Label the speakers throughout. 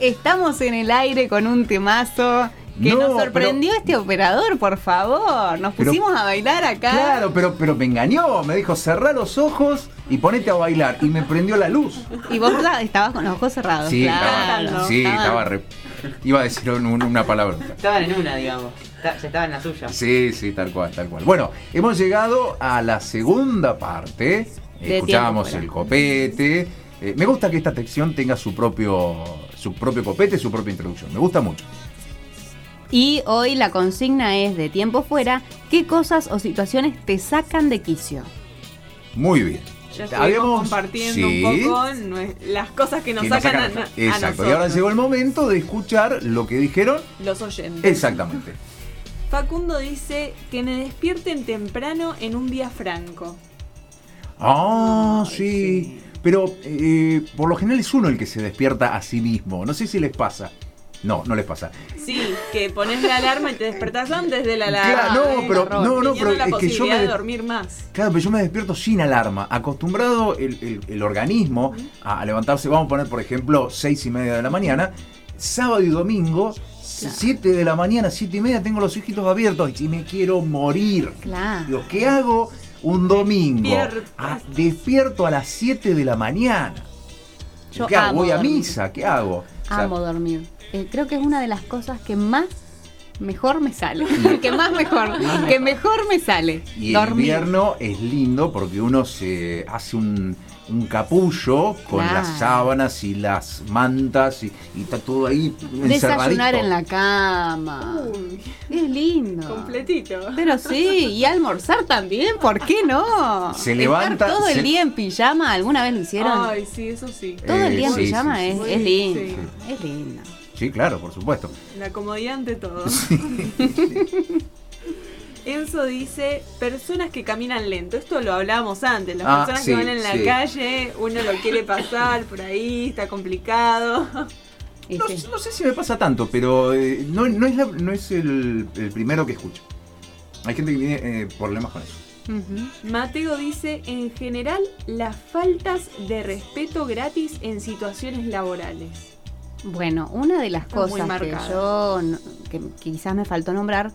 Speaker 1: Estamos en el aire con un temazo que
Speaker 2: No,
Speaker 1: nos sorprendió este operador, por favor. Nos
Speaker 2: Pero-
Speaker 1: pusimos a bailar acá.
Speaker 2: Claro, pero, pero me engañó. Me dijo, cerrá los ojos y ponete a bailar. Y me prendió la luz.
Speaker 1: Y vos la- estabas con los ojos
Speaker 3: Ah,
Speaker 1: cerrados.
Speaker 2: Sí,
Speaker 1: claro.
Speaker 2: estaba, sí,
Speaker 1: Estaban-
Speaker 2: estaba re- Iba a decir un- un- una palabra.
Speaker 4: Estaban en una, digamos. Ya estaban en la suya.
Speaker 2: Sí, sí, tal cual, tal cual. Bueno, hemos llegado a la segunda parte.
Speaker 1: De
Speaker 2: Escuchábamos el
Speaker 1: tiempo
Speaker 2: copete. Eh, me gusta que esta sección tenga su propio, su propio copete, su propia introducción. Me gusta mucho.
Speaker 1: Y hoy la consigna es de tiempo fuera, ¿qué cosas o situaciones te sacan de quicio?
Speaker 2: Muy bien.
Speaker 3: Ya estuvimos compartiendo
Speaker 2: Sí.
Speaker 3: un poco nue- las cosas que nos
Speaker 2: que nos
Speaker 3: sacan,
Speaker 2: sacan-
Speaker 3: a, a
Speaker 2: Exacto.
Speaker 3: nosotros.
Speaker 2: Y ahora llegó el momento de escuchar lo que dijeron.
Speaker 3: Los oyentes.
Speaker 2: Exactamente.
Speaker 3: Facundo dice que me despierten temprano en un día franco.
Speaker 2: Ah, sí. Pero eh, por lo general es uno el que se despierta a sí mismo. No sé si les pasa. No, no les pasa.
Speaker 3: Sí, que pones la alarma y te despertás antes de la alarma.
Speaker 2: Claro, no, pero- no, no,
Speaker 3: Teniendo
Speaker 2: pero
Speaker 3: la
Speaker 2: es que yo
Speaker 3: posibilidad
Speaker 2: me-
Speaker 3: de dormir más.
Speaker 2: Claro, pero yo me despierto sin alarma. Acostumbrado el, el- el organismo a, a levantarse, vamos a poner por ejemplo, seis y media de la mañana. Sábado y domingo, 7 de la mañana, siete y media, tengo los ojitos abiertos y me quiero morir.
Speaker 1: Claro.
Speaker 2: Lo que hago un domingo,
Speaker 3: Despiertas.
Speaker 2: Ah, despierto a las 7 de la mañana.
Speaker 1: Yo
Speaker 2: ¿Qué hago?
Speaker 1: amo
Speaker 2: ¿Voy a
Speaker 1: dormir.
Speaker 2: misa? ¿Qué hago? O sea,
Speaker 1: Amo dormir. Eh, creo que es una de las cosas que más mejor me sale. que más mejor. que mejor me sale.
Speaker 2: Y el
Speaker 1: dormir.
Speaker 2: invierno es lindo porque uno se hace un, un capullo con
Speaker 1: Claro.
Speaker 2: las sábanas y las mantas y, y está todo ahí encerradito.
Speaker 1: Desayunar en la cama.
Speaker 3: Uy,
Speaker 2: Ah.
Speaker 1: Es lindo.
Speaker 3: completito.
Speaker 1: Pero sí, y almorzar también, ¿por qué no?
Speaker 2: Se
Speaker 1: Estar
Speaker 2: levanta,
Speaker 1: todo
Speaker 2: se-
Speaker 1: el día en pijama, ¿alguna vez lo hicieron?
Speaker 3: Ay, sí, eso sí.
Speaker 1: todo el
Speaker 2: Eh,
Speaker 1: día en
Speaker 2: sí,
Speaker 1: pijama
Speaker 2: sí,
Speaker 1: es,
Speaker 3: sí.
Speaker 1: es lindo.
Speaker 2: Sí.
Speaker 1: Es lindo.
Speaker 2: Sí, claro, por supuesto.
Speaker 3: La comodidad ante todo. Enzo dice, personas que caminan lento. Esto lo hablábamos antes. Las
Speaker 2: Ah,
Speaker 3: personas
Speaker 2: sí,
Speaker 3: que van en la
Speaker 2: sí.
Speaker 3: calle, uno lo quiere pasar por ahí, está complicado.
Speaker 2: No,
Speaker 1: Este,
Speaker 2: no sé si me pasa tanto, pero eh, no, no es, la- no es el, el primero que escucho. Hay gente que tiene eh, problemas con eso.
Speaker 1: ujú.
Speaker 3: Mateo dice, en general, las faltas de respeto gratis en situaciones laborales.
Speaker 1: Bueno, una de las
Speaker 3: Está muy
Speaker 1: cosas que
Speaker 3: marcada.
Speaker 1: yo, no- que quizás me faltó nombrar,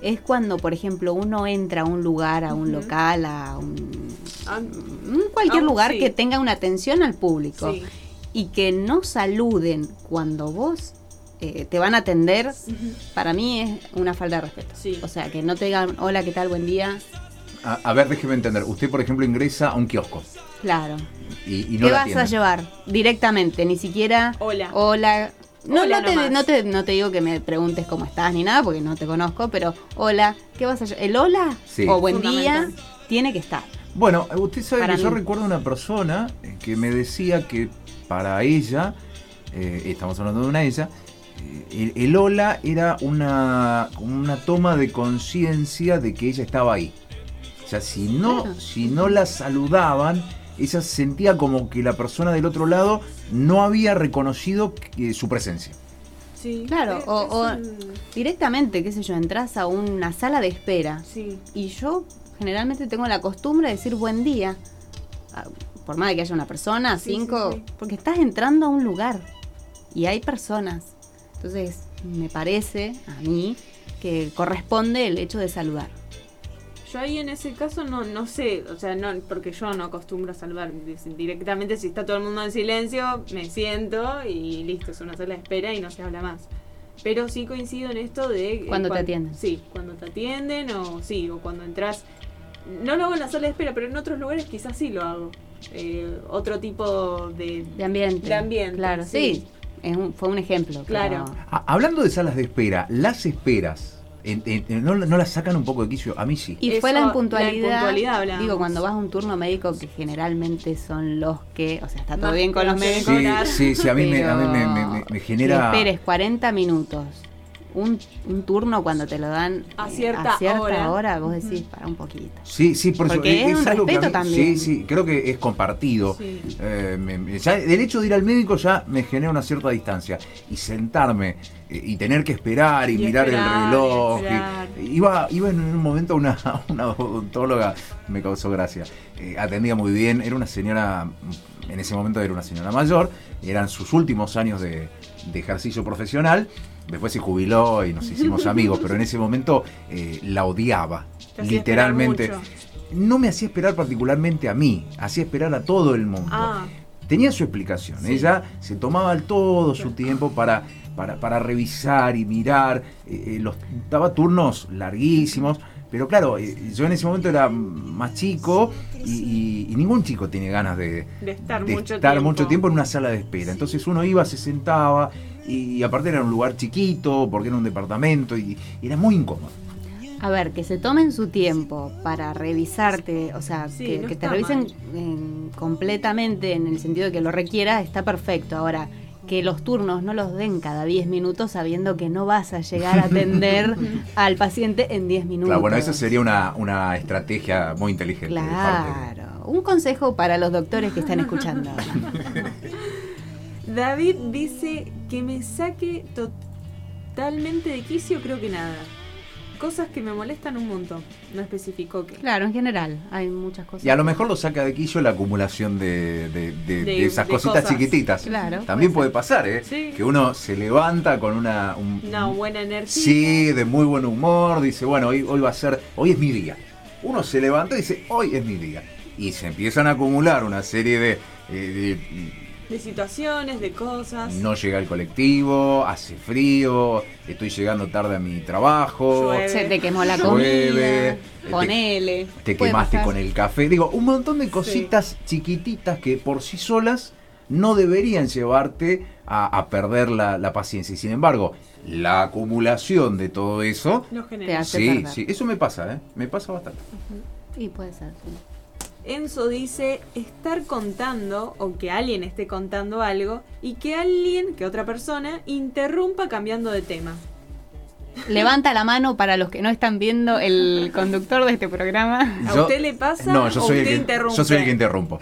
Speaker 1: es cuando, por ejemplo, uno entra a un lugar, a un
Speaker 3: Ujú.
Speaker 1: local, a un,
Speaker 3: Ah,
Speaker 1: un cualquier
Speaker 3: Ah,
Speaker 1: lugar
Speaker 3: sí.
Speaker 1: que tenga una atención al público.
Speaker 3: sí.
Speaker 1: y que no saluden cuando vos eh, te van a atender, para mí es una falta de respeto.
Speaker 3: Sí.
Speaker 1: O sea, que no te digan, hola, ¿qué tal? Buen día.
Speaker 2: A, a ver, déjeme entender. Usted, por ejemplo, ingresa a un kiosco
Speaker 1: Claro.
Speaker 2: y, y no
Speaker 1: ¿Qué
Speaker 2: la
Speaker 1: vas a
Speaker 2: atienden.
Speaker 1: llevar? Directamente, ni siquiera...
Speaker 3: Hola.
Speaker 1: Hola. No,
Speaker 3: Hola
Speaker 1: no, te,
Speaker 3: nomás.
Speaker 1: no, te, no te digo que me preguntes cómo estás ni nada, porque no te conozco, pero hola, ¿qué vas a llevar? ¿El hola?
Speaker 2: Sí.
Speaker 1: O buen día,
Speaker 3: Fundamental.
Speaker 1: tiene que estar.
Speaker 2: Bueno, usted sabe
Speaker 1: Para
Speaker 2: que yo
Speaker 1: mí.
Speaker 2: recuerdo una persona eh, que me decía que para ella, eh, estamos hablando de una ella, eh, el, el hola era una, como una toma de conciencia de que ella estaba ahí. O sea, si no,
Speaker 1: Claro.
Speaker 2: si no la saludaban, ella sentía como que la persona del otro lado no había reconocido eh, su presencia.
Speaker 3: Sí.
Speaker 1: Claro,
Speaker 3: Es-
Speaker 1: o-
Speaker 3: es
Speaker 1: o-
Speaker 3: un-
Speaker 1: Directamente, qué sé yo, entras a una sala de espera
Speaker 3: Sí.
Speaker 1: y yo generalmente tengo la costumbre de decir buen día. Ah, Por más de que haya una persona,
Speaker 3: Sí,
Speaker 1: cinco,
Speaker 3: sí, sí.
Speaker 1: porque estás entrando a un lugar y hay personas. Entonces, me parece a mí que corresponde el hecho de saludar.
Speaker 3: Yo ahí en ese caso no, no sé, o sea, no, porque yo no acostumbro a saludar directamente. Si está todo el mundo en silencio, me siento y listo, es una sala de espera y no se habla más. Pero sí coincido en esto de... eh,
Speaker 1: Cuando te
Speaker 3: cuan-
Speaker 1: atienden.
Speaker 3: Sí, cuando te atienden o sí, o cuando entras... No lo hago en la sala de espera, pero en otros lugares quizás sí lo hago. Eh, otro tipo de...
Speaker 1: De ambiente.
Speaker 3: De ambiente,
Speaker 1: Claro, sí.
Speaker 3: sí.
Speaker 1: Es un- fue un ejemplo.
Speaker 3: Claro.
Speaker 1: pero-
Speaker 2: Ah, hablando de salas de espera, las esperas, en- en- ¿no, no las sacan un poco de quicio? A mí sí.
Speaker 1: Y
Speaker 3: Eso,
Speaker 1: fue la
Speaker 3: la
Speaker 1: impuntualidad.
Speaker 3: impuntualidad hablábamos.
Speaker 1: digo, cuando vas a un turno médico, que generalmente son los que. O sea, está todo
Speaker 3: Más
Speaker 1: bien con los
Speaker 3: que
Speaker 1: médicos.
Speaker 2: Sí,
Speaker 3: cobrar.
Speaker 2: sí, sí, a mí, me, a mí me-
Speaker 1: pero
Speaker 2: me- me- me genera...
Speaker 1: que esperes 40 minutos un, un turno cuando te lo dan
Speaker 3: A
Speaker 1: eh,
Speaker 3: cierta hora.
Speaker 1: vos decís,
Speaker 3: Ujú.
Speaker 1: para un poquito.
Speaker 2: Sí, sí, por eso. e,
Speaker 1: Porque es un
Speaker 2: algo que a
Speaker 1: respeto también.
Speaker 2: Sí, sí, creo que es compartido.
Speaker 3: Sí.
Speaker 2: Eh, me- me- ya el hecho de ir al médico ya me genera una cierta distancia. Y sentarme eh, y tener que esperar y,
Speaker 3: Y
Speaker 2: mirar
Speaker 3: esperar, y
Speaker 2: el reloj.
Speaker 3: esperar.
Speaker 2: y- iba, iba en un momento a una, a una odontóloga, me causó gracia. Eh, atendía muy bien, era una señora, en ese momento era una señora mayor, eran sus últimos años de, de ejercicio profesional. Después se jubiló y nos hicimos amigos, pero en ese momento eh, la odiaba.
Speaker 3: Te hacía esperar
Speaker 2: Literalmente
Speaker 3: mucho.
Speaker 2: no me hacía esperar particularmente a mí, hacía esperar a todo el mundo.
Speaker 3: Ah,
Speaker 2: Tenía su explicación,
Speaker 3: Sí.
Speaker 2: ella se tomaba el todo su tiempo para, para, para revisar y mirar, eh, eh, los, daba turnos larguísimos, pero claro, eh, yo en ese momento era más chico y, y- y ningún chico tiene ganas de,
Speaker 3: de estar,
Speaker 2: de
Speaker 3: mucho,
Speaker 2: estar
Speaker 3: tiempo.
Speaker 2: mucho tiempo en una sala de espera. Entonces uno iba, se sentaba y, aparte era un lugar chiquito porque era un departamento y, y era muy incómodo.
Speaker 1: A ver, que se tomen su tiempo para revisarte, o sea,
Speaker 3: Sí,
Speaker 1: que,
Speaker 3: no
Speaker 1: que te
Speaker 3: está
Speaker 1: revisen
Speaker 3: mal.
Speaker 1: em, completamente en el sentido de que lo requiera, está perfecto. Ahora, que los turnos no los den cada 10 minutos sabiendo que no vas a llegar a atender al paciente en 10 minutos.
Speaker 2: Claro, bueno, esa sería una, una estrategia muy inteligente. de parte de-
Speaker 1: Claro. Un consejo para los doctores que están escuchando.
Speaker 3: David dice que me saque totalmente de quicio, creo que nada. Cosas que me molestan un montón. No especificó que.
Speaker 1: claro, en general, hay muchas cosas.
Speaker 2: Y a lo mejor lo saca de quicio la acumulación de, de- de-
Speaker 3: De-
Speaker 2: de esas
Speaker 3: de
Speaker 2: cositas
Speaker 3: cosas.
Speaker 2: chiquititas.
Speaker 1: Claro.
Speaker 2: También puede pasar, ¿eh?
Speaker 3: Sí.
Speaker 2: Que uno se levanta con una... un-
Speaker 3: Una buena energía.
Speaker 2: Sí, de muy buen humor, dice, bueno, hoy, hoy va a ser, hoy es mi día. Uno se levanta y dice, hoy es mi día. Y se empiezan a acumular una serie de... eh,
Speaker 3: De situaciones, de
Speaker 2: de,
Speaker 3: cosas.
Speaker 2: no llega el colectivo, hace frío, estoy llegando tarde a mi trabajo.
Speaker 3: Llueve.
Speaker 1: Se te quemó la comida,
Speaker 2: Llueve, eh, te-
Speaker 1: ponele.
Speaker 2: te
Speaker 1: puede
Speaker 2: quemaste
Speaker 1: pasar.
Speaker 2: con el café. Digo, un montón de cositas chiquititas que por sí solas no deberían llevarte a, a perder la, la paciencia. Y sin embargo, la acumulación de todo eso.
Speaker 3: Los
Speaker 1: Te
Speaker 3: genera.
Speaker 1: hace-
Speaker 2: Sí,
Speaker 1: perder.
Speaker 2: sí, eso me pasa, ¿eh? Me pasa bastante.
Speaker 1: Y puede ser. sí.
Speaker 3: Enzo dice estar contando o que alguien esté contando algo y que alguien, que otra persona, interrumpa cambiando de tema.
Speaker 1: Levanta la mano para los que no están viendo el conductor de este programa.
Speaker 3: ¿A usted le pasa
Speaker 2: No, yo
Speaker 3: o
Speaker 2: soy,
Speaker 3: usted
Speaker 2: el que,
Speaker 3: interrumpe?
Speaker 2: yo soy el que interrumpo.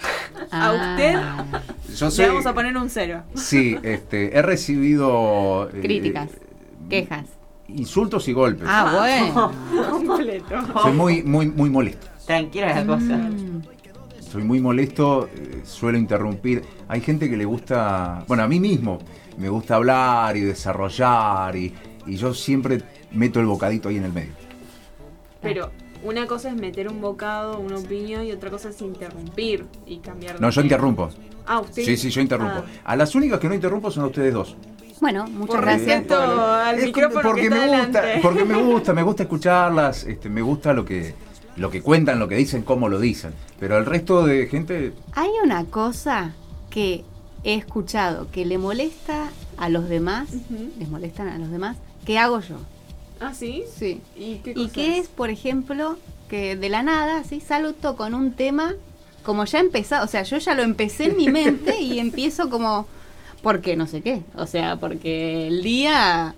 Speaker 3: ¿A
Speaker 1: Ah,
Speaker 3: usted?
Speaker 2: Yo
Speaker 3: Le
Speaker 2: soy-
Speaker 3: vamos a poner un cero.
Speaker 2: Sí, este, he recibido. eh,
Speaker 1: Críticas, Quejas.
Speaker 2: Insultos y golpes.
Speaker 1: Ah, bueno.
Speaker 3: Completo.
Speaker 2: Soy muy, muy, muy molesto.
Speaker 4: Tranquila la cosa.
Speaker 1: Mm.
Speaker 2: soy muy molesto, eh, suelo interrumpir. Hay gente que le gusta, bueno, a mí mismo, me gusta hablar y desarrollar y, y yo siempre meto el bocadito ahí en el medio.
Speaker 3: Pero una cosa es meter un bocado, una opinión y otra cosa es interrumpir y cambiar. de
Speaker 2: No, yo
Speaker 3: tema.
Speaker 2: interrumpo.
Speaker 3: Ah, usted.
Speaker 2: Sí, sí, yo interrumpo.
Speaker 3: Ah.
Speaker 2: A las únicas que no interrumpo son a ustedes dos. Eh,
Speaker 1: Bueno, muchas
Speaker 3: Por
Speaker 1: gracias.
Speaker 3: respeto al
Speaker 2: Es
Speaker 3: micrófono que
Speaker 2: porque
Speaker 3: está
Speaker 2: me gusta,
Speaker 3: delante.
Speaker 2: porque me gusta, me gusta escucharlas, este, me gusta lo que lo que cuentan, lo que dicen, cómo lo dicen. Pero el resto de gente
Speaker 1: Hay una cosa que he escuchado que le molesta a los demás,
Speaker 3: Ujú.
Speaker 1: les molestan a los demás, ¿qué hago yo?
Speaker 3: Ah, sí.
Speaker 1: Sí.
Speaker 3: ¿Y qué,
Speaker 1: ¿Y
Speaker 3: cosa
Speaker 1: qué es, por ejemplo, que de la nada, sí, saluto con un tema como ya empezado, o sea, yo ya lo empecé en mi mente y empiezo como porque no sé qué, o sea, porque el día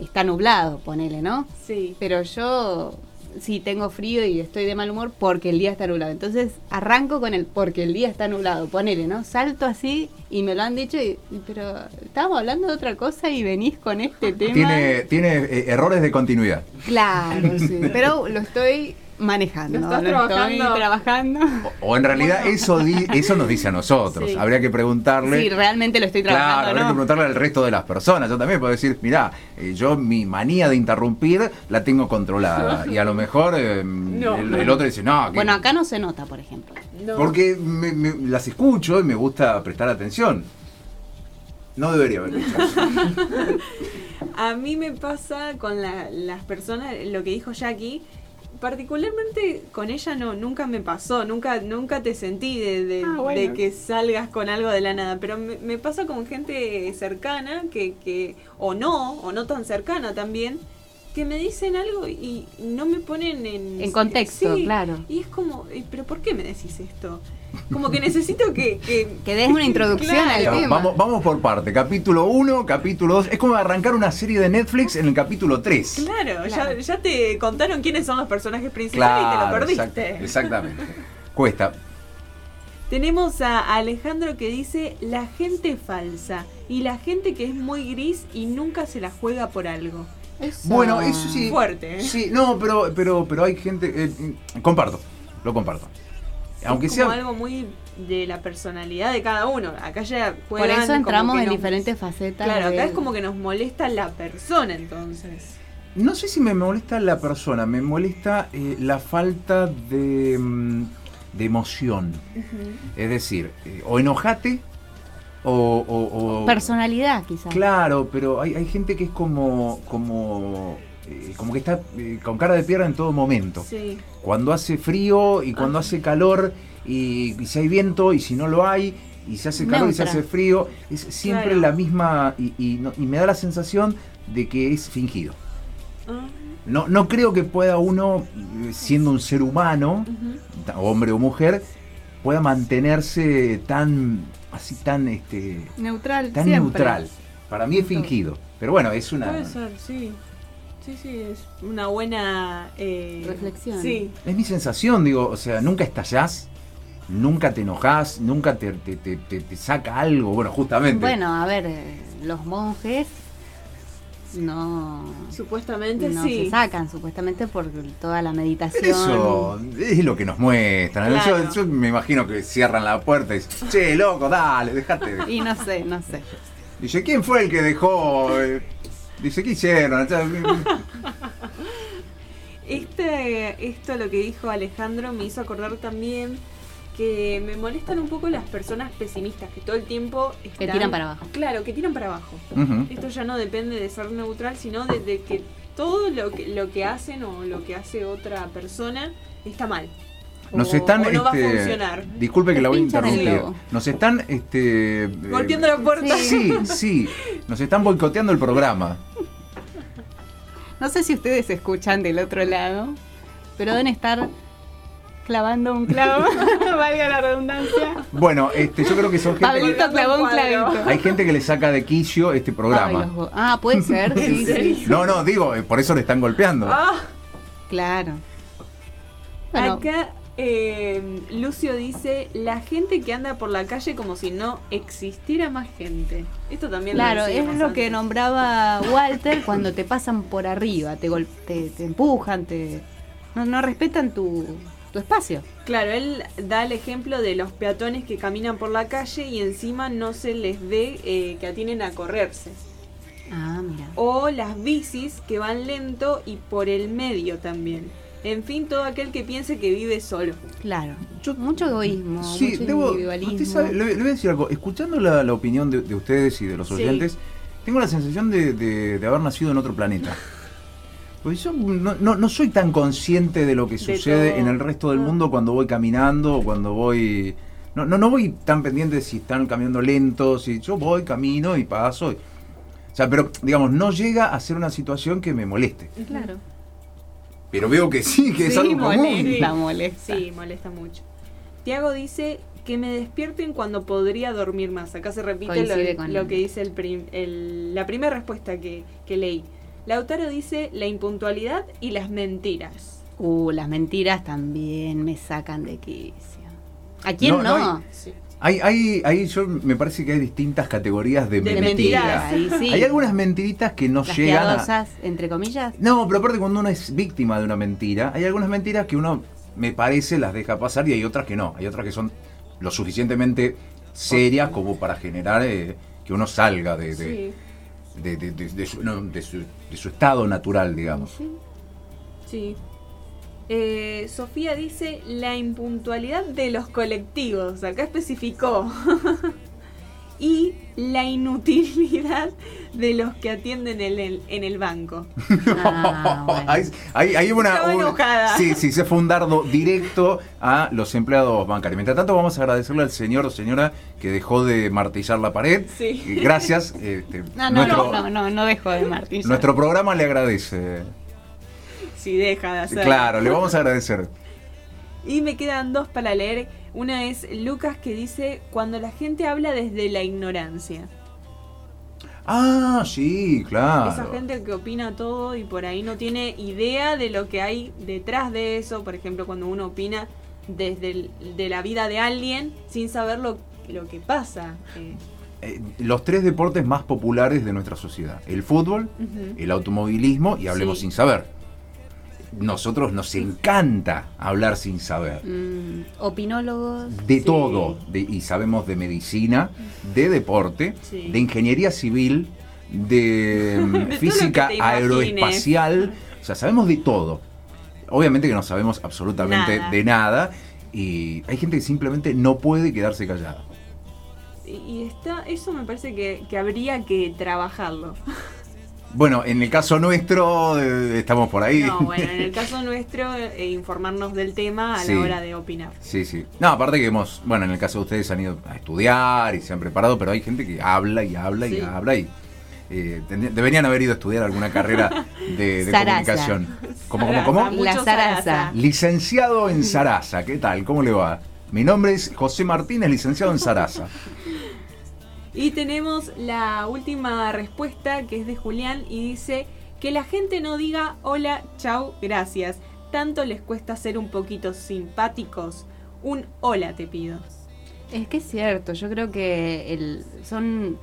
Speaker 1: está nublado, ponele, ¿no?
Speaker 3: Sí.
Speaker 1: Pero yo sí tengo frío y estoy de mal humor porque el día está nublado. Entonces arranco con el porque el día está nublado, ponele, ¿no? Salto así y me lo han dicho, y- y- pero estábamos hablando de otra cosa y venís con este tema.
Speaker 2: tiene, tiene eh, errores de continuidad.
Speaker 1: Claro, sí. Pero lo estoy manejando,
Speaker 3: Lo
Speaker 1: lo,
Speaker 3: estás trabajando.
Speaker 1: estoy trabajando.
Speaker 2: O, o en realidad eso, di- eso nos dice a nosotros.
Speaker 3: Sí.
Speaker 2: Habría que preguntarle.
Speaker 1: Sí, realmente lo estoy
Speaker 2: Claro,
Speaker 1: trabajando,
Speaker 2: habrá que
Speaker 1: ¿no?
Speaker 2: preguntarle al resto de las personas. Yo también puedo decir, mirá, eh, yo mi manía de interrumpir la tengo controlada. Y a lo mejor eh, el, el otro dice, no, que-
Speaker 1: Bueno, acá no se nota, por ejemplo.
Speaker 3: No.
Speaker 2: porque me- me- las escucho y me gusta prestar atención. No debería haber dicho eso.
Speaker 3: A mí me pasa con la- las personas, lo que dijo Jackie, particularmente con ella no, nunca me pasó, nunca, nunca te sentí de, de-
Speaker 1: Ah, bueno.
Speaker 3: de que salgas con algo de la nada, pero me, me pasa con gente cercana que, que, o no, o no tan cercana también, que me dicen algo y no me ponen en,
Speaker 1: En contexto,
Speaker 3: Sí,
Speaker 1: claro.
Speaker 3: Y es como, eh, ¿pero por qué me decís esto? Como que necesito que. Que,
Speaker 1: Que des una introducción al
Speaker 3: Claro.
Speaker 2: Claro,
Speaker 1: tema.
Speaker 2: vamos, vamos por parte. Capítulo 1, capítulo 2. Es como arrancar una serie de Netflix en el capítulo 3.
Speaker 3: Claro, Ya,
Speaker 1: Claro.
Speaker 3: ya te contaron quiénes son los personajes principales
Speaker 2: Claro,
Speaker 3: y te lo
Speaker 2: exact-
Speaker 3: perdiste.
Speaker 2: exactamente. Cuesta.
Speaker 3: Tenemos a Alejandro que dice la gente falsa y la gente que es muy gris y nunca se la juega por algo.
Speaker 1: Eso-
Speaker 2: Bueno, eso sí.
Speaker 3: Fuerte, ¿eh?
Speaker 2: Sí, no, pero, pero, pero hay gente. eh, mm, comparto, lo comparto. Aunque
Speaker 3: es como
Speaker 2: sea.
Speaker 3: algo muy de la personalidad de cada uno. Acá ya
Speaker 1: Por
Speaker 3: juegan
Speaker 1: eso
Speaker 3: como
Speaker 1: entramos
Speaker 3: que
Speaker 1: en
Speaker 3: nos-
Speaker 1: diferentes facetas.
Speaker 3: Claro, acá
Speaker 1: de-
Speaker 3: es como que nos molesta la persona entonces.
Speaker 2: No sé si me molesta la persona, me molesta eh, la falta de, mm, de emoción. Es decir, eh, o enojate o. o- o-
Speaker 1: Personalidad, quizás.
Speaker 2: Claro, pero hay, hay gente que es como. como. eh, como que está eh, con cara de piedra en todo momento.
Speaker 3: Sí.
Speaker 2: cuando hace frío y cuando
Speaker 3: Ah.
Speaker 2: hace calor y, y si hay viento y si no lo hay y se hace calor y
Speaker 1: Neutra.
Speaker 2: se hace frío, es siempre
Speaker 3: Claro.
Speaker 2: la misma y, y no- y me da la sensación de que es fingido.
Speaker 3: Ah,
Speaker 2: No, no creo que pueda uno, eh, siendo un ser humano,
Speaker 3: ujú.
Speaker 2: ta- hombre o mujer, pueda mantenerse tan, así tan, este,
Speaker 1: Neutral,
Speaker 2: tan
Speaker 1: siempre.
Speaker 2: neutral. Para mí es fingido. Pero bueno, es una...
Speaker 3: Puede ser, sí. Sí, sí, es una buena... eh,
Speaker 1: Reflexión.
Speaker 3: Sí.
Speaker 2: Es mi sensación, digo, o sea, nunca estallás, nunca te enojás, nunca te, te- te- te- te saca algo, bueno, justamente.
Speaker 1: Bueno, a ver, eh, los monjes no,
Speaker 3: Supuestamente
Speaker 1: no
Speaker 3: sí.
Speaker 1: se sacan, supuestamente por toda la meditación.
Speaker 2: Pero eso es lo que nos muestran. Yo-
Speaker 3: Claro.
Speaker 2: Yo, me imagino que cierran la puerta y dicen, che, loco, dale, dejate. de-".
Speaker 1: Y no sé, no sé.
Speaker 2: Dice, ¿quién fue el que dejó? eh? Dice, ¿qué hicieron? O sea,
Speaker 3: Este, esto lo que dijo Alejandro me hizo acordar también que me molestan un poco las personas pesimistas que todo el tiempo están,
Speaker 1: tiran para abajo.
Speaker 3: Claro, que tiran para abajo.
Speaker 2: ujú.
Speaker 3: Esto ya no depende de ser neutral, sino de, de que todo lo que, lo que hacen o lo que hace otra persona está mal.
Speaker 2: Nos
Speaker 3: O-
Speaker 2: están.
Speaker 3: o no va a
Speaker 2: este,
Speaker 3: funcionar.
Speaker 2: Disculpe que la voy a
Speaker 1: Pinchan el
Speaker 2: interrumpir.
Speaker 1: globo.
Speaker 2: Nos están. Este, eh,
Speaker 3: Golpeando la puerta.
Speaker 2: Sí, sí. Nos están boicoteando el programa.
Speaker 1: No sé si ustedes escuchan del otro lado, pero deben estar clavando un clavo, valga la redundancia.
Speaker 2: Bueno, este, yo creo que son gente. que-
Speaker 1: Pablito clavó un clavito.
Speaker 2: Hay gente que le saca de quicio este
Speaker 1: Ay, los
Speaker 2: programa.
Speaker 1: go- ah, puede ser,
Speaker 3: ¿En
Speaker 1: sí,
Speaker 3: serio?
Speaker 1: sí.
Speaker 2: No, no, digo, eh, por eso le están golpeando.
Speaker 3: Ah,
Speaker 1: Claro. Bueno,
Speaker 3: Acá eh, Lucio dice, la gente que anda por la calle como si no existiera más gente. Esto también lo
Speaker 1: Claro, es
Speaker 3: decíamos
Speaker 1: lo que
Speaker 3: antes.
Speaker 1: nombraba Walter cuando te pasan por arriba, te, gol- te, te empujan, te no, no respetan tu, tu espacio.
Speaker 3: Claro, él da el ejemplo de los peatones que caminan por la calle y encima no se les ve eh, que atienen a correrse.
Speaker 1: Ah, mira.
Speaker 3: O las bicis que van lento y por el medio también. En fin, todo aquel que piense que vive solo.
Speaker 1: Claro. mucho egoísmo,
Speaker 2: Sí,
Speaker 1: mucho
Speaker 2: debo.
Speaker 1: individualismo.
Speaker 2: usted sabe, le, le voy a decir algo. Escuchando la, la opinión de, de ustedes y de los
Speaker 3: Sí.
Speaker 2: oyentes, tengo la sensación de, de- de haber nacido en otro planeta. Porque yo no, no- no soy tan consciente de lo que
Speaker 3: De
Speaker 2: sucede
Speaker 3: todo.
Speaker 2: en el resto del
Speaker 3: Ah.
Speaker 2: mundo cuando voy caminando o cuando voy. No, no, no voy tan pendiente de si están caminando lentos. Si yo voy, camino y paso. y- o sea, pero digamos, no llega a ser una situación que me moleste.
Speaker 1: Claro.
Speaker 2: Pero veo que sí, que es
Speaker 1: sí,
Speaker 2: algo común.
Speaker 1: molesta, molesta.
Speaker 3: Sí, molesta mucho. Tiago dice que me despierten cuando podría dormir más. Acá se repite lo,
Speaker 1: Coincide con
Speaker 3: lo
Speaker 1: él.
Speaker 3: que dice el prim- el- la primera respuesta que, que leí. Lautaro dice la impuntualidad y las mentiras.
Speaker 1: Uh, las mentiras también me sacan de quicio. ¿A quién
Speaker 2: No,
Speaker 1: no?
Speaker 2: no,
Speaker 3: Sí.
Speaker 2: Hay, hay, hay- yo me parece que hay distintas categorías de,
Speaker 3: De
Speaker 2: mentiras.
Speaker 3: mentiras,
Speaker 1: ahí sí.
Speaker 2: Hay algunas mentiritas que no
Speaker 1: Las
Speaker 2: llegan a-
Speaker 1: piadosas, entre comillas.
Speaker 2: No, pero aparte cuando uno es víctima de una mentira, hay algunas mentiras que uno, me parece, las deja pasar y hay otras que no. Hay otras que son lo suficientemente serias como para generar eh, que uno salga de, de,
Speaker 3: Sí,
Speaker 2: de- de- de- de su, no, de su- de su estado natural, digamos.
Speaker 3: sí. Eh, Sofía dice la impuntualidad de los colectivos. Acá especificó. y la inutilidad de los que atienden en el, en el banco.
Speaker 1: Ah, bueno.
Speaker 2: Ahí, ahí- ahí hubo una.
Speaker 3: Estaba
Speaker 2: un-
Speaker 3: enojada.
Speaker 2: sí, sí, se fue un dardo directo a los empleados bancarios. Mientras tanto, vamos a agradecerle al señor o señora que dejó de martillar la pared.
Speaker 3: Sí.
Speaker 2: Eh, Gracias. este,
Speaker 1: No, no,
Speaker 2: nuestro,
Speaker 1: no, no, no dejo de Martín.
Speaker 2: nuestro programa le agradece.
Speaker 3: Si deja de hacer.
Speaker 2: Claro, le vamos a agradecer.
Speaker 3: Y me quedan dos para leer. Una es Lucas que dice, cuando la gente habla desde la ignorancia.
Speaker 2: Ah, sí, claro.
Speaker 3: Esa gente que opina todo y por ahí no tiene idea de lo que hay detrás de eso. Por ejemplo, cuando uno opina desde el- de la vida de alguien sin saber lo, lo que pasa. eh,
Speaker 2: Eh, los tres deportes más populares de nuestra sociedad: el fútbol,
Speaker 3: ujú.
Speaker 2: el automovilismo y hablemos
Speaker 3: Sí.
Speaker 2: sin saber. Nosotros nos encanta hablar sin saber.
Speaker 1: Mm, opinólogos.
Speaker 2: de
Speaker 3: Sí.
Speaker 2: todo, de- y sabemos de medicina, de deporte,
Speaker 3: Sí.
Speaker 2: de ingeniería civil, de, mm,
Speaker 3: De todo lo
Speaker 2: física
Speaker 3: que te
Speaker 2: aeroespacial, o sea, sabemos de todo. Obviamente que no sabemos absolutamente
Speaker 3: Nada.
Speaker 2: de nada y hay gente que simplemente no puede quedarse callada.
Speaker 3: Y, y está, eso me parece que, que habría que trabajarlo.
Speaker 2: Bueno, en el caso nuestro eh, estamos por ahí.
Speaker 3: No, bueno, en el caso nuestro, eh, informarnos del tema a
Speaker 2: Sí.
Speaker 3: la hora de opinar.
Speaker 2: Sí, sí. No, aparte que hemos, bueno, en el caso de ustedes han ido a estudiar y se han preparado, pero hay gente que habla y habla y
Speaker 3: Sí.
Speaker 2: habla y eh, tendría- deberían haber ido a estudiar alguna carrera de, de
Speaker 1: Zaraza.
Speaker 2: comunicación. ¿Cómo, cómo, cómo?
Speaker 3: Mucho
Speaker 1: La zaraza.
Speaker 2: Licenciado en Sarasa, ¿qué tal? ¿Cómo le va? Mi nombre es José Martínez, licenciado en Sarasa.
Speaker 3: Y tenemos la última respuesta que es de Julián y dice que la gente no diga hola, chau, gracias. Tanto les cuesta ser un poquito simpáticos. Un hola te pido.
Speaker 1: Es que es cierto, yo creo que el, son.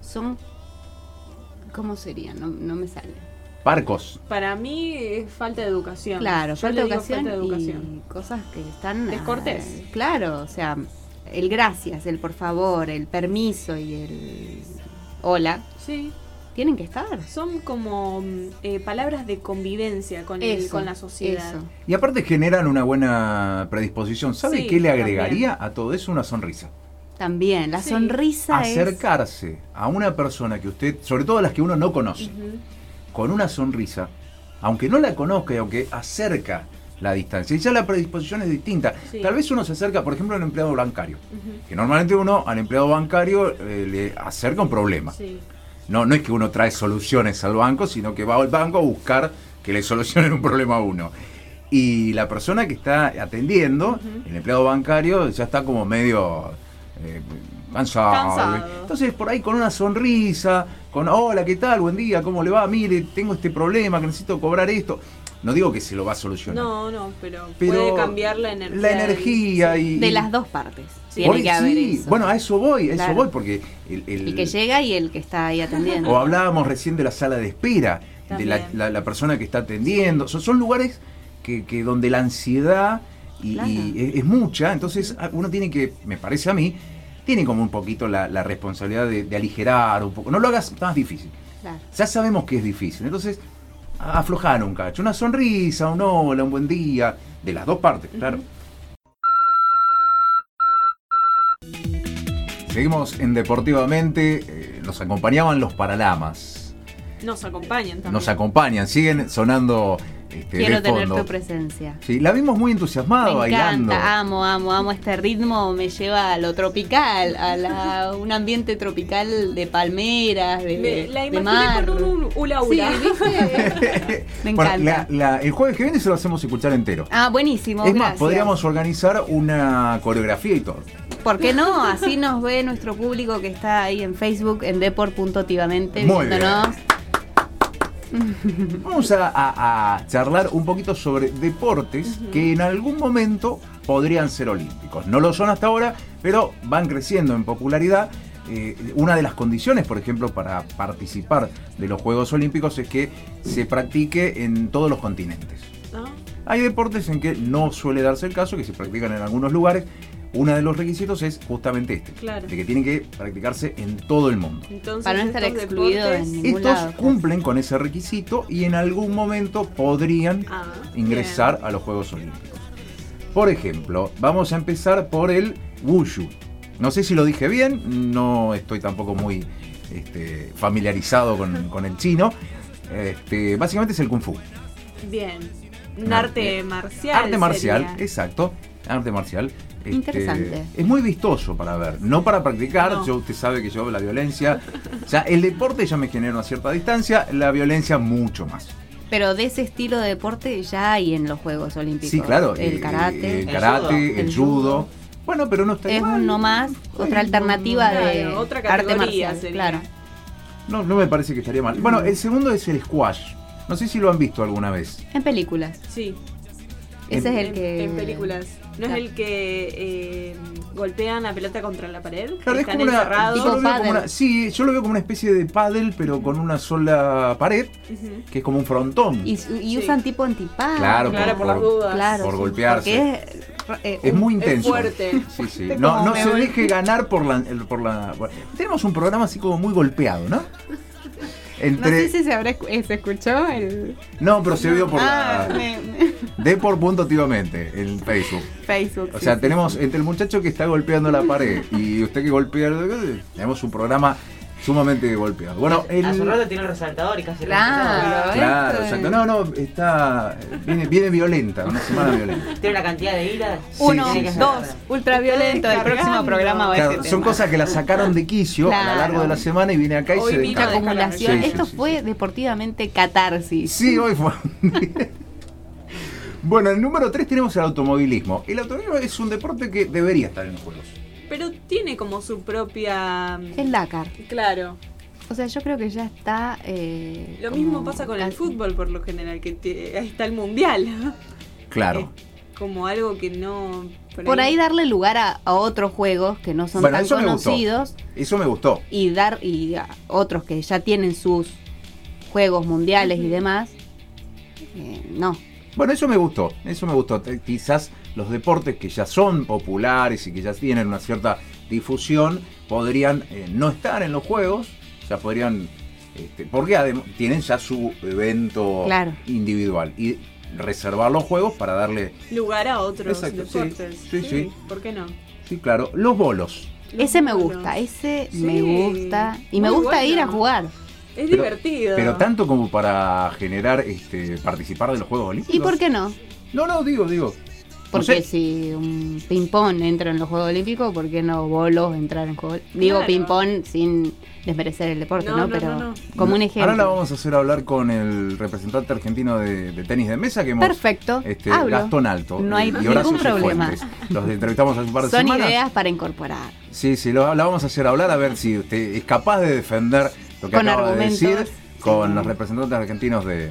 Speaker 1: son ¿Cómo sería? No, no me sale.
Speaker 2: Parcos.
Speaker 3: Para mí es falta de educación.
Speaker 1: Claro,
Speaker 3: Yo
Speaker 1: falta
Speaker 3: le
Speaker 1: de
Speaker 3: digo
Speaker 1: educación,
Speaker 3: falta de educación.
Speaker 1: y cosas que están.
Speaker 3: Descortés.
Speaker 1: ah, claro, o sea, el gracias, el por favor, el permiso y el hola,
Speaker 3: Sí,
Speaker 1: tienen que estar.
Speaker 3: son como mm, eh, palabras de convivencia con, el-
Speaker 1: Eso,
Speaker 3: con la sociedad.
Speaker 1: eso.
Speaker 2: Y aparte generan una buena predisposición. ¿Sabe
Speaker 3: Sí,
Speaker 2: qué le
Speaker 3: también.
Speaker 2: agregaría a todo eso? Una sonrisa.
Speaker 1: También, la
Speaker 3: Sí.
Speaker 1: sonrisa es.
Speaker 2: Acercarse a una persona que usted, sobre todo a las que uno no conoce,
Speaker 3: Ujú.
Speaker 2: con una sonrisa, aunque no la conozca y aunque acerca la distancia. Y ya la predisposición es distinta.
Speaker 3: Sí.
Speaker 2: Tal vez uno se acerca, por ejemplo, a un empleado bancario. Que normalmente uno al empleado bancario eh, le acerca un problema.
Speaker 3: Sí.
Speaker 2: No, no es que uno trae soluciones al banco, sino que va al banco a buscar que le solucionen un problema a uno. Y la persona que está atendiendo, el empleado bancario, ya está como medio eh, cansado.
Speaker 3: Cansado.
Speaker 2: Entonces, por ahí con una sonrisa, con hola, ¿qué tal? Buen día, ¿cómo le va? Mire, tengo este problema, que necesito cobrar esto. No digo que se lo va a solucionar.
Speaker 3: No, no, pero,
Speaker 2: pero
Speaker 3: puede cambiar la energía.
Speaker 2: La energía
Speaker 3: Sí.
Speaker 2: y.
Speaker 1: De las dos partes.
Speaker 3: Sí.
Speaker 1: Tiene
Speaker 2: Hoy
Speaker 1: que haber
Speaker 2: sí.
Speaker 1: eso.
Speaker 2: Bueno, a eso voy, a eso
Speaker 1: Claro.
Speaker 2: voy, porque el, el-
Speaker 1: el que llega y el que está ahí atendiendo.
Speaker 2: o hablábamos recién de la sala de espera,
Speaker 3: También.
Speaker 2: de la, la- la persona que está atendiendo. Son, son lugares que, que donde la ansiedad y-
Speaker 1: Claro.
Speaker 2: y es, es mucha, entonces a- uno tiene que, me parece a mí, tiene como un poquito la, la responsabilidad de, de aligerar un poco. No lo hagas más difícil.
Speaker 1: Claro.
Speaker 2: Ya sabemos que es difícil, entonces a- aflojar un cacho, una sonrisa, un hola, un buen día, de las dos partes, claro. Seguimos en Deportivamente, eh, nos acompañaban los Paralamas.
Speaker 3: Nos acompañan también.
Speaker 2: Nos acompañan, siguen sonando este,
Speaker 1: Quiero
Speaker 2: de
Speaker 1: tener
Speaker 2: fondo.
Speaker 1: tu presencia.
Speaker 2: Sí, la vimos muy entusiasmada
Speaker 1: Me
Speaker 2: bailando.
Speaker 1: encanta, amo, amo, amo este ritmo, me lleva a lo tropical, a la- un ambiente tropical de palmeras, de,
Speaker 3: Me- la
Speaker 1: de
Speaker 3: imaginé
Speaker 1: mar.
Speaker 3: con un hula
Speaker 1: Sí,
Speaker 3: hula.
Speaker 1: ¿viste? Me
Speaker 2: Bueno,
Speaker 1: encanta.
Speaker 2: la- la- el jueves que viene se lo hacemos escuchar entero.
Speaker 1: Ah, buenísimo,
Speaker 2: es más,
Speaker 1: gracias.
Speaker 2: podríamos organizar una coreografía y todo.
Speaker 1: ¿Por qué no? Así nos ve nuestro público que está ahí en Facebook, en deport.tivamente,
Speaker 2: Muy bien.
Speaker 1: viéndonos.
Speaker 2: Vamos a, a- a charlar un poquito sobre deportes que en algún momento podrían ser olímpicos. No lo son hasta ahora, pero van creciendo en popularidad. Eh, una de las condiciones, por ejemplo, para participar de los Juegos Olímpicos es que se practique en todos los continentes.
Speaker 3: ¿No?
Speaker 2: Hay deportes en que no suele darse el caso, que se practican en algunos lugares. Uno de los requisitos es justamente este,
Speaker 3: Claro.
Speaker 2: de que tiene que practicarse en todo el mundo.
Speaker 3: Entonces,
Speaker 1: Para no estar
Speaker 3: estos
Speaker 1: excluido
Speaker 3: deportes-
Speaker 1: en ningún-
Speaker 2: Estos
Speaker 1: lado. pues.
Speaker 2: cumplen con ese requisito y en algún momento podrían
Speaker 3: Ah,
Speaker 2: ingresar a los Juegos Olímpicos. Por ejemplo, vamos a empezar por el Wushu.
Speaker 3: bien.
Speaker 2: No sé si lo dije bien, no estoy tampoco muy este, familiarizado con, con el chino. Este, básicamente es el kung fu.
Speaker 3: Bien. Un
Speaker 2: No,
Speaker 3: arte
Speaker 2: eh,
Speaker 3: marcial.
Speaker 2: Arte marcial,
Speaker 3: sería.
Speaker 2: exacto. Arte marcial. Este,
Speaker 1: Interesante.
Speaker 2: Es muy vistoso para ver, no para practicar.
Speaker 3: No.
Speaker 2: Yo, usted sabe que yo la violencia. O sea, el deporte ya me genera una cierta distancia, la violencia mucho más.
Speaker 1: Pero de ese estilo de deporte ya hay en los Juegos Olímpicos.
Speaker 2: Sí, claro. eh,
Speaker 1: El karate.
Speaker 2: El
Speaker 4: El
Speaker 2: karate,
Speaker 1: judo.
Speaker 2: el
Speaker 1: El
Speaker 2: judo.
Speaker 1: judo.
Speaker 2: Bueno, pero no está
Speaker 1: es
Speaker 2: igual.
Speaker 1: un no más, otra alternativa de
Speaker 3: Claro, otra
Speaker 1: arte
Speaker 3: categoría
Speaker 1: marcial.
Speaker 3: sería.
Speaker 1: Claro.
Speaker 2: No, no me parece que estaría mal.
Speaker 1: Mm.
Speaker 2: Bueno, el segundo es el squash. No sé si lo han visto alguna vez.
Speaker 1: En películas.
Speaker 3: Sí.
Speaker 1: Ese
Speaker 2: En-
Speaker 1: es el
Speaker 3: en,
Speaker 1: que.
Speaker 3: en películas. ¿No es
Speaker 1: Claro.
Speaker 3: el que eh, golpean la pelota contra la pared?
Speaker 2: Claro, es
Speaker 3: Están
Speaker 2: como una,
Speaker 3: encerrados.
Speaker 2: yo lo
Speaker 1: Tipo
Speaker 2: veo como
Speaker 1: pádel.
Speaker 2: una- Sí, yo lo veo como una especie de paddle, pero con una sola pared,
Speaker 3: Ujú.
Speaker 2: que es como un frontón.
Speaker 1: Y, y usan tipo antipadas.
Speaker 2: Claro,
Speaker 3: Claro, por,
Speaker 2: por-
Speaker 3: las dudas.
Speaker 1: Claro,
Speaker 2: por
Speaker 1: sí,
Speaker 2: golpearse.
Speaker 1: Porque es, eh,
Speaker 2: Es
Speaker 1: un-
Speaker 2: muy
Speaker 3: Es
Speaker 2: intenso.
Speaker 3: fuerte.
Speaker 2: Sí, sí.
Speaker 3: Te
Speaker 2: No, no
Speaker 3: come,
Speaker 2: se
Speaker 3: güey.
Speaker 2: deje ganar por la, el- por la. bueno, Tenemos un programa así como muy golpeado, ¿no?
Speaker 1: No sé
Speaker 2: Entre.
Speaker 1: si se, habrá, escu- eh, se escuchó el.
Speaker 2: No, pero se vio por
Speaker 1: ah,
Speaker 2: la.
Speaker 1: me- me-
Speaker 2: De por punto activamente en Facebook.
Speaker 1: Facebook.
Speaker 2: O
Speaker 1: sí,
Speaker 2: sea,
Speaker 1: sí.
Speaker 2: tenemos entre el muchacho que está golpeando la pared y usted que golpea, tenemos un programa sumamente golpeado. Bueno, el,
Speaker 4: A su rato tiene el resaltador y casi lo
Speaker 1: Claro,
Speaker 4: resaltaba.
Speaker 2: claro,
Speaker 1: esto es-
Speaker 2: exacto. No, no, está viene, viene violenta, una semana violenta.
Speaker 1: este
Speaker 4: Tiene una cantidad de iras.
Speaker 2: Sí,
Speaker 1: Uno,
Speaker 2: sí, sí.
Speaker 1: dos, ultraviolento. El
Speaker 3: Descargando.
Speaker 1: próximo programa va a
Speaker 2: Claro,
Speaker 1: ese
Speaker 2: son
Speaker 1: tema.
Speaker 2: cosas que la sacaron de quicio a lo
Speaker 1: Claro.
Speaker 2: largo de la semana y viene acá y
Speaker 3: Hoy
Speaker 2: se
Speaker 3: vino
Speaker 1: Mucha
Speaker 3: Claro.
Speaker 2: descarga.
Speaker 1: acumulación.
Speaker 2: Sí, sí,
Speaker 1: Esto
Speaker 2: sí,
Speaker 1: fue deportivamente catarsis.
Speaker 2: Sí, hoy fue. un día. bueno, el número 3 tenemos el automovilismo. El automovilismo es un deporte que debería estar en los juegos.
Speaker 3: Pero tiene como su propia. mm,
Speaker 1: El Dakar.
Speaker 3: Claro.
Speaker 1: O sea, yo creo que ya está. eh,
Speaker 3: Lo
Speaker 1: como
Speaker 3: mismo pasa con el
Speaker 1: casi-
Speaker 3: fútbol por lo general, que te- ahí está el mundial.
Speaker 2: Claro.
Speaker 1: Eh,
Speaker 3: Como algo que no.
Speaker 1: Por ahí darle lugar a, a otros juegos que no son
Speaker 2: Bueno,
Speaker 1: tan
Speaker 2: eso me gustó.
Speaker 1: conocidos
Speaker 2: Eso me gustó.
Speaker 1: y dar y a otros que ya tienen sus juegos mundiales y demás. eh, no.
Speaker 2: Bueno, eso me gustó, eso me gustó. Te- Quizás los deportes que ya son populares y que ya tienen una cierta difusión podrían eh, no estar en los juegos, ya podrían, este, porque adem- tienen ya su evento
Speaker 1: Claro.
Speaker 2: individual y reservar los juegos para darle,
Speaker 3: Lugar a otros
Speaker 2: Exacto, sí.
Speaker 3: deportes.
Speaker 2: Sí, sí.
Speaker 3: ¿Por qué no?
Speaker 2: sí, claro, los bolos.
Speaker 3: Los
Speaker 1: ese me
Speaker 3: bolos.
Speaker 1: gusta, ese
Speaker 3: Sí.
Speaker 1: me gusta. Y me
Speaker 3: Muy
Speaker 1: gusta
Speaker 3: bueno.
Speaker 1: ir a jugar.
Speaker 3: Es
Speaker 2: Pero-
Speaker 3: divertido.
Speaker 2: Pero tanto como para generar, este, participar de los Juegos Olímpicos.
Speaker 1: ¿Y por qué no?
Speaker 2: No, no, digo, digo.
Speaker 1: Porque
Speaker 2: sé.
Speaker 1: si un ping-pong entra en los Juegos Olímpicos, ¿por qué no bolos entrar en Juegos Digo
Speaker 3: Claro.
Speaker 1: ping-pong sin desmerecer el deporte,
Speaker 3: No,
Speaker 1: ¿no?
Speaker 3: no,
Speaker 1: Pero
Speaker 3: no, no.
Speaker 1: como un ejemplo.
Speaker 2: Ahora la vamos a hacer hablar con el representante argentino de, de tenis de mesa que hemos
Speaker 1: Perfecto.
Speaker 2: Este,
Speaker 1: hablo.
Speaker 2: Gastón Alto.
Speaker 1: No
Speaker 2: eh,
Speaker 1: hay
Speaker 2: y Horacio
Speaker 1: ningún problema.
Speaker 2: Cifuentes. Los entrevistamos hace un par de
Speaker 1: Son
Speaker 2: semanas.
Speaker 1: ideas para incorporar.
Speaker 2: Sí, sí, lo, la vamos a hacer hablar a ver si usted es capaz de defender lo que
Speaker 1: Con
Speaker 2: acaba de
Speaker 1: argumentos.
Speaker 2: decir con
Speaker 1: Sí.
Speaker 2: los representantes argentinos de,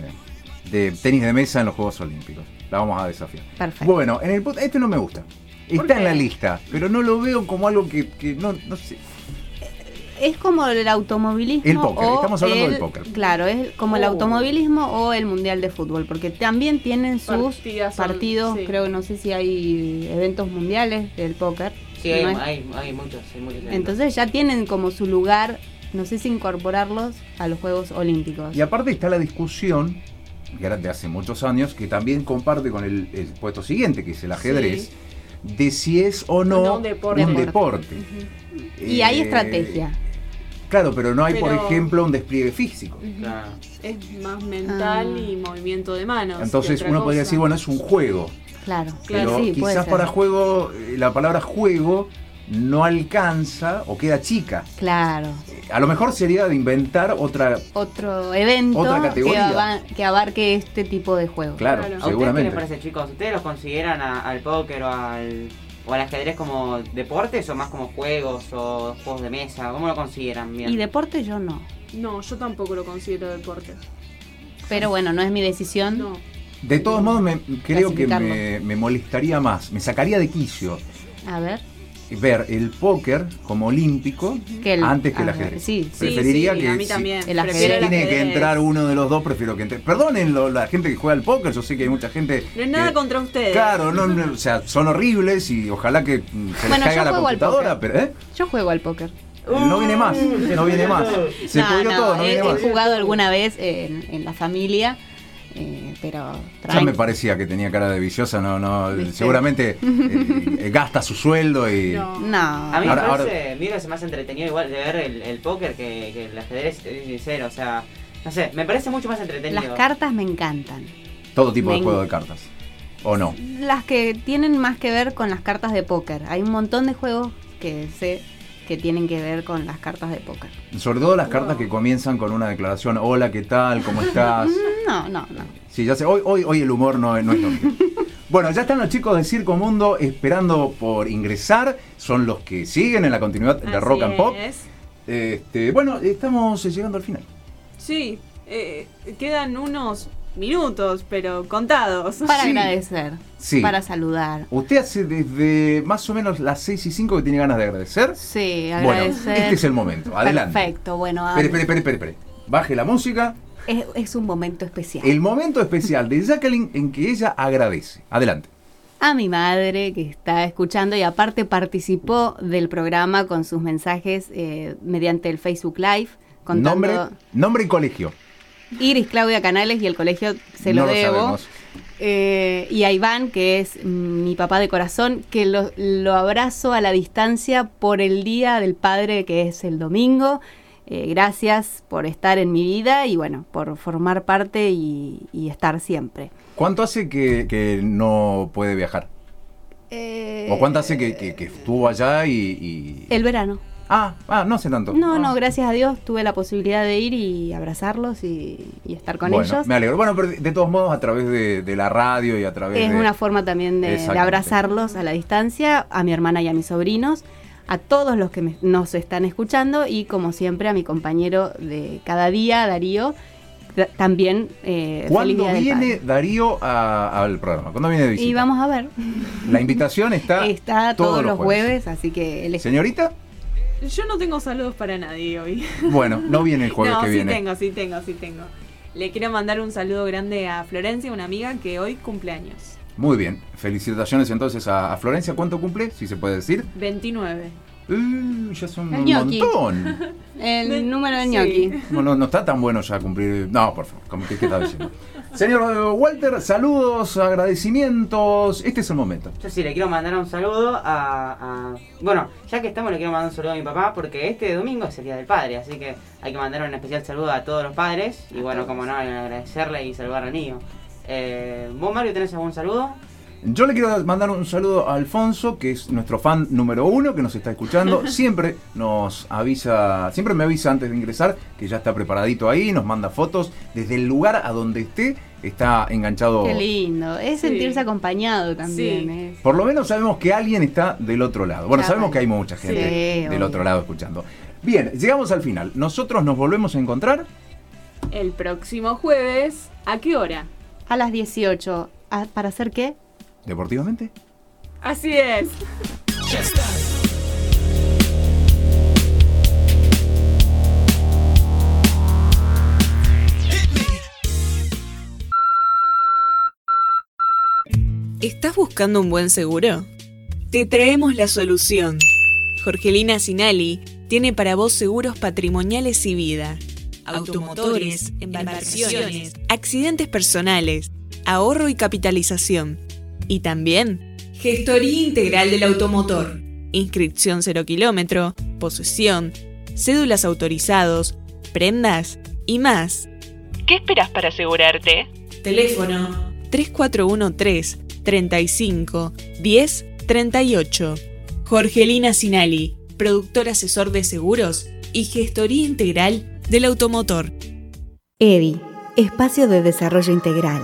Speaker 2: de tenis de mesa en los Juegos Olímpicos. La vamos a desafiar.
Speaker 1: Perfecto.
Speaker 2: Bueno, en el pod- este no me gusta. Está en la lista, pero no lo veo como algo que, que no, no sé.
Speaker 1: Es como el automovilismo.
Speaker 2: El póker,
Speaker 1: o
Speaker 2: estamos hablando
Speaker 1: el-
Speaker 2: del póker.
Speaker 1: Claro, es como el
Speaker 3: Oh.
Speaker 1: automovilismo o el mundial de fútbol, porque también tienen sus
Speaker 3: Partidas son-
Speaker 1: partidos.
Speaker 3: sí.
Speaker 1: Creo que no sé si hay eventos mundiales del póker.
Speaker 4: Sí, hay,
Speaker 1: no es-
Speaker 4: hay, hay muchos, hay muchos.
Speaker 1: Entonces ya tienen como su lugar, no sé si incorporarlos a los Juegos Olímpicos.
Speaker 2: Y aparte está la discusión, que era de hace muchos años, que también comparte con el, el puesto siguiente, que es el ajedrez, de si es o no,
Speaker 3: No, un deporte.
Speaker 2: un deporte.
Speaker 1: Y hay
Speaker 2: Eh,
Speaker 1: estrategia.
Speaker 2: Claro, pero no hay, por
Speaker 3: Pero-
Speaker 2: ejemplo, un despliegue físico.
Speaker 4: Claro.
Speaker 3: Es más mental
Speaker 1: Ah.
Speaker 3: y movimiento de manos.
Speaker 2: Entonces
Speaker 3: que otra
Speaker 2: uno podría
Speaker 3: cosa.
Speaker 2: decir, bueno, es un juego.
Speaker 1: Claro,
Speaker 3: Claro.
Speaker 2: pero
Speaker 1: sí, puede
Speaker 2: quizás
Speaker 1: ser.
Speaker 2: para juego, eh, la palabra juego no alcanza o queda chica.
Speaker 1: Claro.
Speaker 2: Eh, A lo mejor sería de inventar otra...
Speaker 1: Otro evento
Speaker 2: Otra
Speaker 1: que,
Speaker 2: categoría.
Speaker 1: aba- que abarque este tipo de juegos.
Speaker 2: Claro,
Speaker 3: Claro. ¿A
Speaker 4: ¿A ustedes qué les
Speaker 2: seguramente.
Speaker 4: parece, chicos? ¿Ustedes los consideran a- al póker o al, o al ajedrez como deportes o más como juegos o juegos de mesa? ¿Cómo lo consideran bien?
Speaker 1: Y deporte yo no.
Speaker 3: No, yo tampoco lo considero deporte.
Speaker 1: Pero bueno, no es mi decisión.
Speaker 3: No.
Speaker 2: De todos modos, me- creo que
Speaker 1: Clasificarlo.
Speaker 2: me- me molestaría más, me sacaría de quicio
Speaker 1: A ver.
Speaker 2: ver el póker como olímpico
Speaker 1: Que el-
Speaker 2: antes que el
Speaker 1: a ver,
Speaker 2: ajedrez.
Speaker 1: sí, sí.
Speaker 2: Preferiría
Speaker 3: sí,
Speaker 2: que
Speaker 3: a mí
Speaker 2: si-
Speaker 3: también.
Speaker 1: El
Speaker 2: Si
Speaker 1: ajedrez.
Speaker 3: Prefiero el
Speaker 2: tiene que
Speaker 3: ajedrez.
Speaker 2: entrar uno de los dos, prefiero que entre. Perdónenlo, la gente que juega al póker, yo sé que hay mucha gente.
Speaker 3: No es nada
Speaker 2: que-
Speaker 3: contra ustedes.
Speaker 2: Claro, no, no, o sea, son horribles y ojalá que mm, se les
Speaker 1: Bueno,
Speaker 2: caiga
Speaker 1: yo
Speaker 2: la
Speaker 1: juego al
Speaker 2: computadora, pero ¿eh?
Speaker 1: Yo juego al póker.
Speaker 3: Uh.
Speaker 2: no viene más, no viene más. Se
Speaker 1: No,
Speaker 2: pudrió
Speaker 1: no,
Speaker 2: todo, no
Speaker 1: he,
Speaker 2: viene
Speaker 1: he
Speaker 2: más.
Speaker 1: jugado alguna vez en, en la familia. eh, pero
Speaker 2: Ya me
Speaker 1: tranqui.
Speaker 2: parecía que tenía cara de viciosa, no, no,
Speaker 1: ¿Viste?
Speaker 2: seguramente eh, gasta su sueldo y...
Speaker 3: No.
Speaker 1: No.
Speaker 4: A mí
Speaker 2: Ahora-
Speaker 4: me parece, mira, se me hace entretenido igual de ver el, el póker que, que el ajedrez, te soy sincero, o sea, no sé, me parece mucho más entretenido.
Speaker 1: Las cartas me encantan.
Speaker 2: Todo tipo de
Speaker 1: Me
Speaker 2: juego de cartas. ¿O no?
Speaker 1: Las que tienen más que ver con las cartas de póker. Hay un montón de juegos que sé que tienen que ver con las cartas de póker.
Speaker 2: Sobre todo las cartas
Speaker 3: No.
Speaker 2: que comienzan con una declaración, hola, ¿qué tal? ¿Cómo estás?
Speaker 1: No, no, no.
Speaker 2: Sí, ya sé, hoy, hoy, hoy el humor no, es- no es lo mío. Bueno, ya están los chicos de Circo Mundo esperando por ingresar, son los que siguen en la continuidad de
Speaker 3: Así
Speaker 2: Rock and Pop.
Speaker 3: es.
Speaker 2: Este, bueno, estamos eh, llegando al final.
Speaker 3: Sí, eh, quedan unos minutos, pero contados.
Speaker 1: Para
Speaker 2: Sí.
Speaker 1: agradecer,
Speaker 2: Sí.
Speaker 1: para saludar.
Speaker 2: Usted hace desde más o menos las 6 y 5 que tiene ganas de agradecer.
Speaker 1: Sí,
Speaker 2: Bueno,
Speaker 1: agradecer.
Speaker 2: este es el momento, adelante.
Speaker 1: Perfecto, bueno.
Speaker 2: Espere, espere, espere, espere, espere. Baje la música.
Speaker 1: Es, es un momento especial.
Speaker 2: El momento especial de Jacqueline en que ella agradece. Adelante.
Speaker 1: a mi madre que está escuchando y aparte participó del programa con sus mensajes eh, mediante el Facebook Live contando
Speaker 2: Nombre, nombre y colegio.
Speaker 1: Iris Claudia Canales y el colegio se
Speaker 2: no
Speaker 1: lo debo.
Speaker 2: sabemos.
Speaker 1: Eh, y a Iván, que es mm, mi papá de corazón, que lo, lo abrazo a la distancia por el Día del Padre, que es el domingo. Eh, gracias por estar en mi vida y bueno, por formar parte y, y estar siempre.
Speaker 2: ¿Cuánto hace que, que no puede viajar? ¿O cuánto hace que, que- que estuvo allá y...? y-
Speaker 1: Eh, El verano.
Speaker 2: Ah, ah, no hace tanto.
Speaker 1: No,
Speaker 2: Ah.
Speaker 1: no, gracias a Dios tuve la posibilidad de ir y abrazarlos y, y estar con
Speaker 2: bueno,
Speaker 1: ellos.
Speaker 2: me alegro. Bueno, pero de, de todos modos, a través de, de la radio y a través
Speaker 1: Es
Speaker 2: de...
Speaker 1: una forma también de, de
Speaker 2: Exactamente.
Speaker 1: abrazarlos a la distancia, a mi hermana y a mis sobrinos, a todos los que me- nos están escuchando y como siempre a mi compañero de cada día, Darío, da- también eh, feliz
Speaker 2: ¿Cuándo
Speaker 1: Día del
Speaker 2: viene
Speaker 1: Padre.
Speaker 2: Darío a- al programa? ¿Cuándo viene de visita?
Speaker 1: Y vamos a ver,
Speaker 2: La invitación está,
Speaker 1: está todos, los jueves, así que él es-
Speaker 2: Señorita,
Speaker 3: Yo no tengo saludos para nadie hoy.
Speaker 2: bueno, no viene el jueves
Speaker 3: no,
Speaker 2: que
Speaker 3: sí
Speaker 2: viene.
Speaker 3: tengo, sí tengo, sí tengo. Le quiero mandar un saludo grande a Florencia, una amiga que hoy cumpleaños.
Speaker 2: Muy bien. Felicitaciones entonces a, a Florencia. ¿Cuánto cumple? Si se puede decir.
Speaker 3: 29.
Speaker 2: Uh, ya son
Speaker 1: El
Speaker 2: un
Speaker 1: ñoqui.
Speaker 2: montón.
Speaker 3: de-
Speaker 1: el número de
Speaker 3: sí.
Speaker 1: ñoqui.
Speaker 2: No, no, no está tan bueno ya cumplir. No, por favor, ¿cómo que- ¿qué está diciendo? Señor eh, Walter, saludos, agradecimientos. Este es el momento.
Speaker 4: Yo sí le quiero mandar un saludo a, a- Bueno, ya que estamos, le quiero mandar un saludo a mi papá porque este domingo es el Día del Padre, así que hay que mandar un especial saludo a todos los padres y bueno, como no, agradecerle y saludar al niño. Eh, ¿Vos, Mario, tenés algún saludo?
Speaker 2: Yo le quiero mandar un saludo a Alfonso, que es nuestro fan número uno, que nos está escuchando. Siempre nos avisa, siempre me avisa antes de ingresar que ya está preparadito ahí, nos manda fotos desde el lugar a donde esté, está enganchado.
Speaker 1: Qué lindo, es
Speaker 3: Sí.
Speaker 1: sentirse acompañado también.
Speaker 3: Sí.
Speaker 1: es-
Speaker 2: Por lo menos sabemos que alguien está del otro lado. Bueno,
Speaker 1: Ya,
Speaker 2: sabemos
Speaker 1: vale.
Speaker 2: que hay mucha gente
Speaker 1: Sí,
Speaker 2: del
Speaker 1: obvio.
Speaker 2: otro lado escuchando. Bien, llegamos al final. Nosotros nos volvemos a encontrar.
Speaker 3: El próximo jueves, ¿a qué hora?
Speaker 1: A las 18, ¿ah, ¿para hacer qué?
Speaker 2: Deportivamente.
Speaker 3: Así es.
Speaker 5: ¿Estás buscando un buen seguro? Te traemos la solución. Jorgelina Sinali tiene para vos seguros patrimoniales y vida, automotores, embarcaciones, accidentes personales, ahorro y capitalización. Y también gestoría integral del automotor, inscripción cero kilómetro, posesión, cédulas autorizados, prendas y más. ¿Qué esperas para asegurarte? Teléfono 3413 35 10 38. Jorgelina Sinali, productor asesor de seguros y gestoría integral del automotor.
Speaker 6: EDI, Espacio de Desarrollo Integral.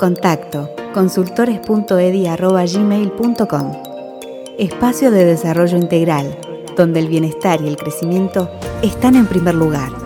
Speaker 6: Contacto consultores.edi.gmail.com Espacio de Desarrollo Integral, donde el bienestar y el crecimiento están en primer lugar.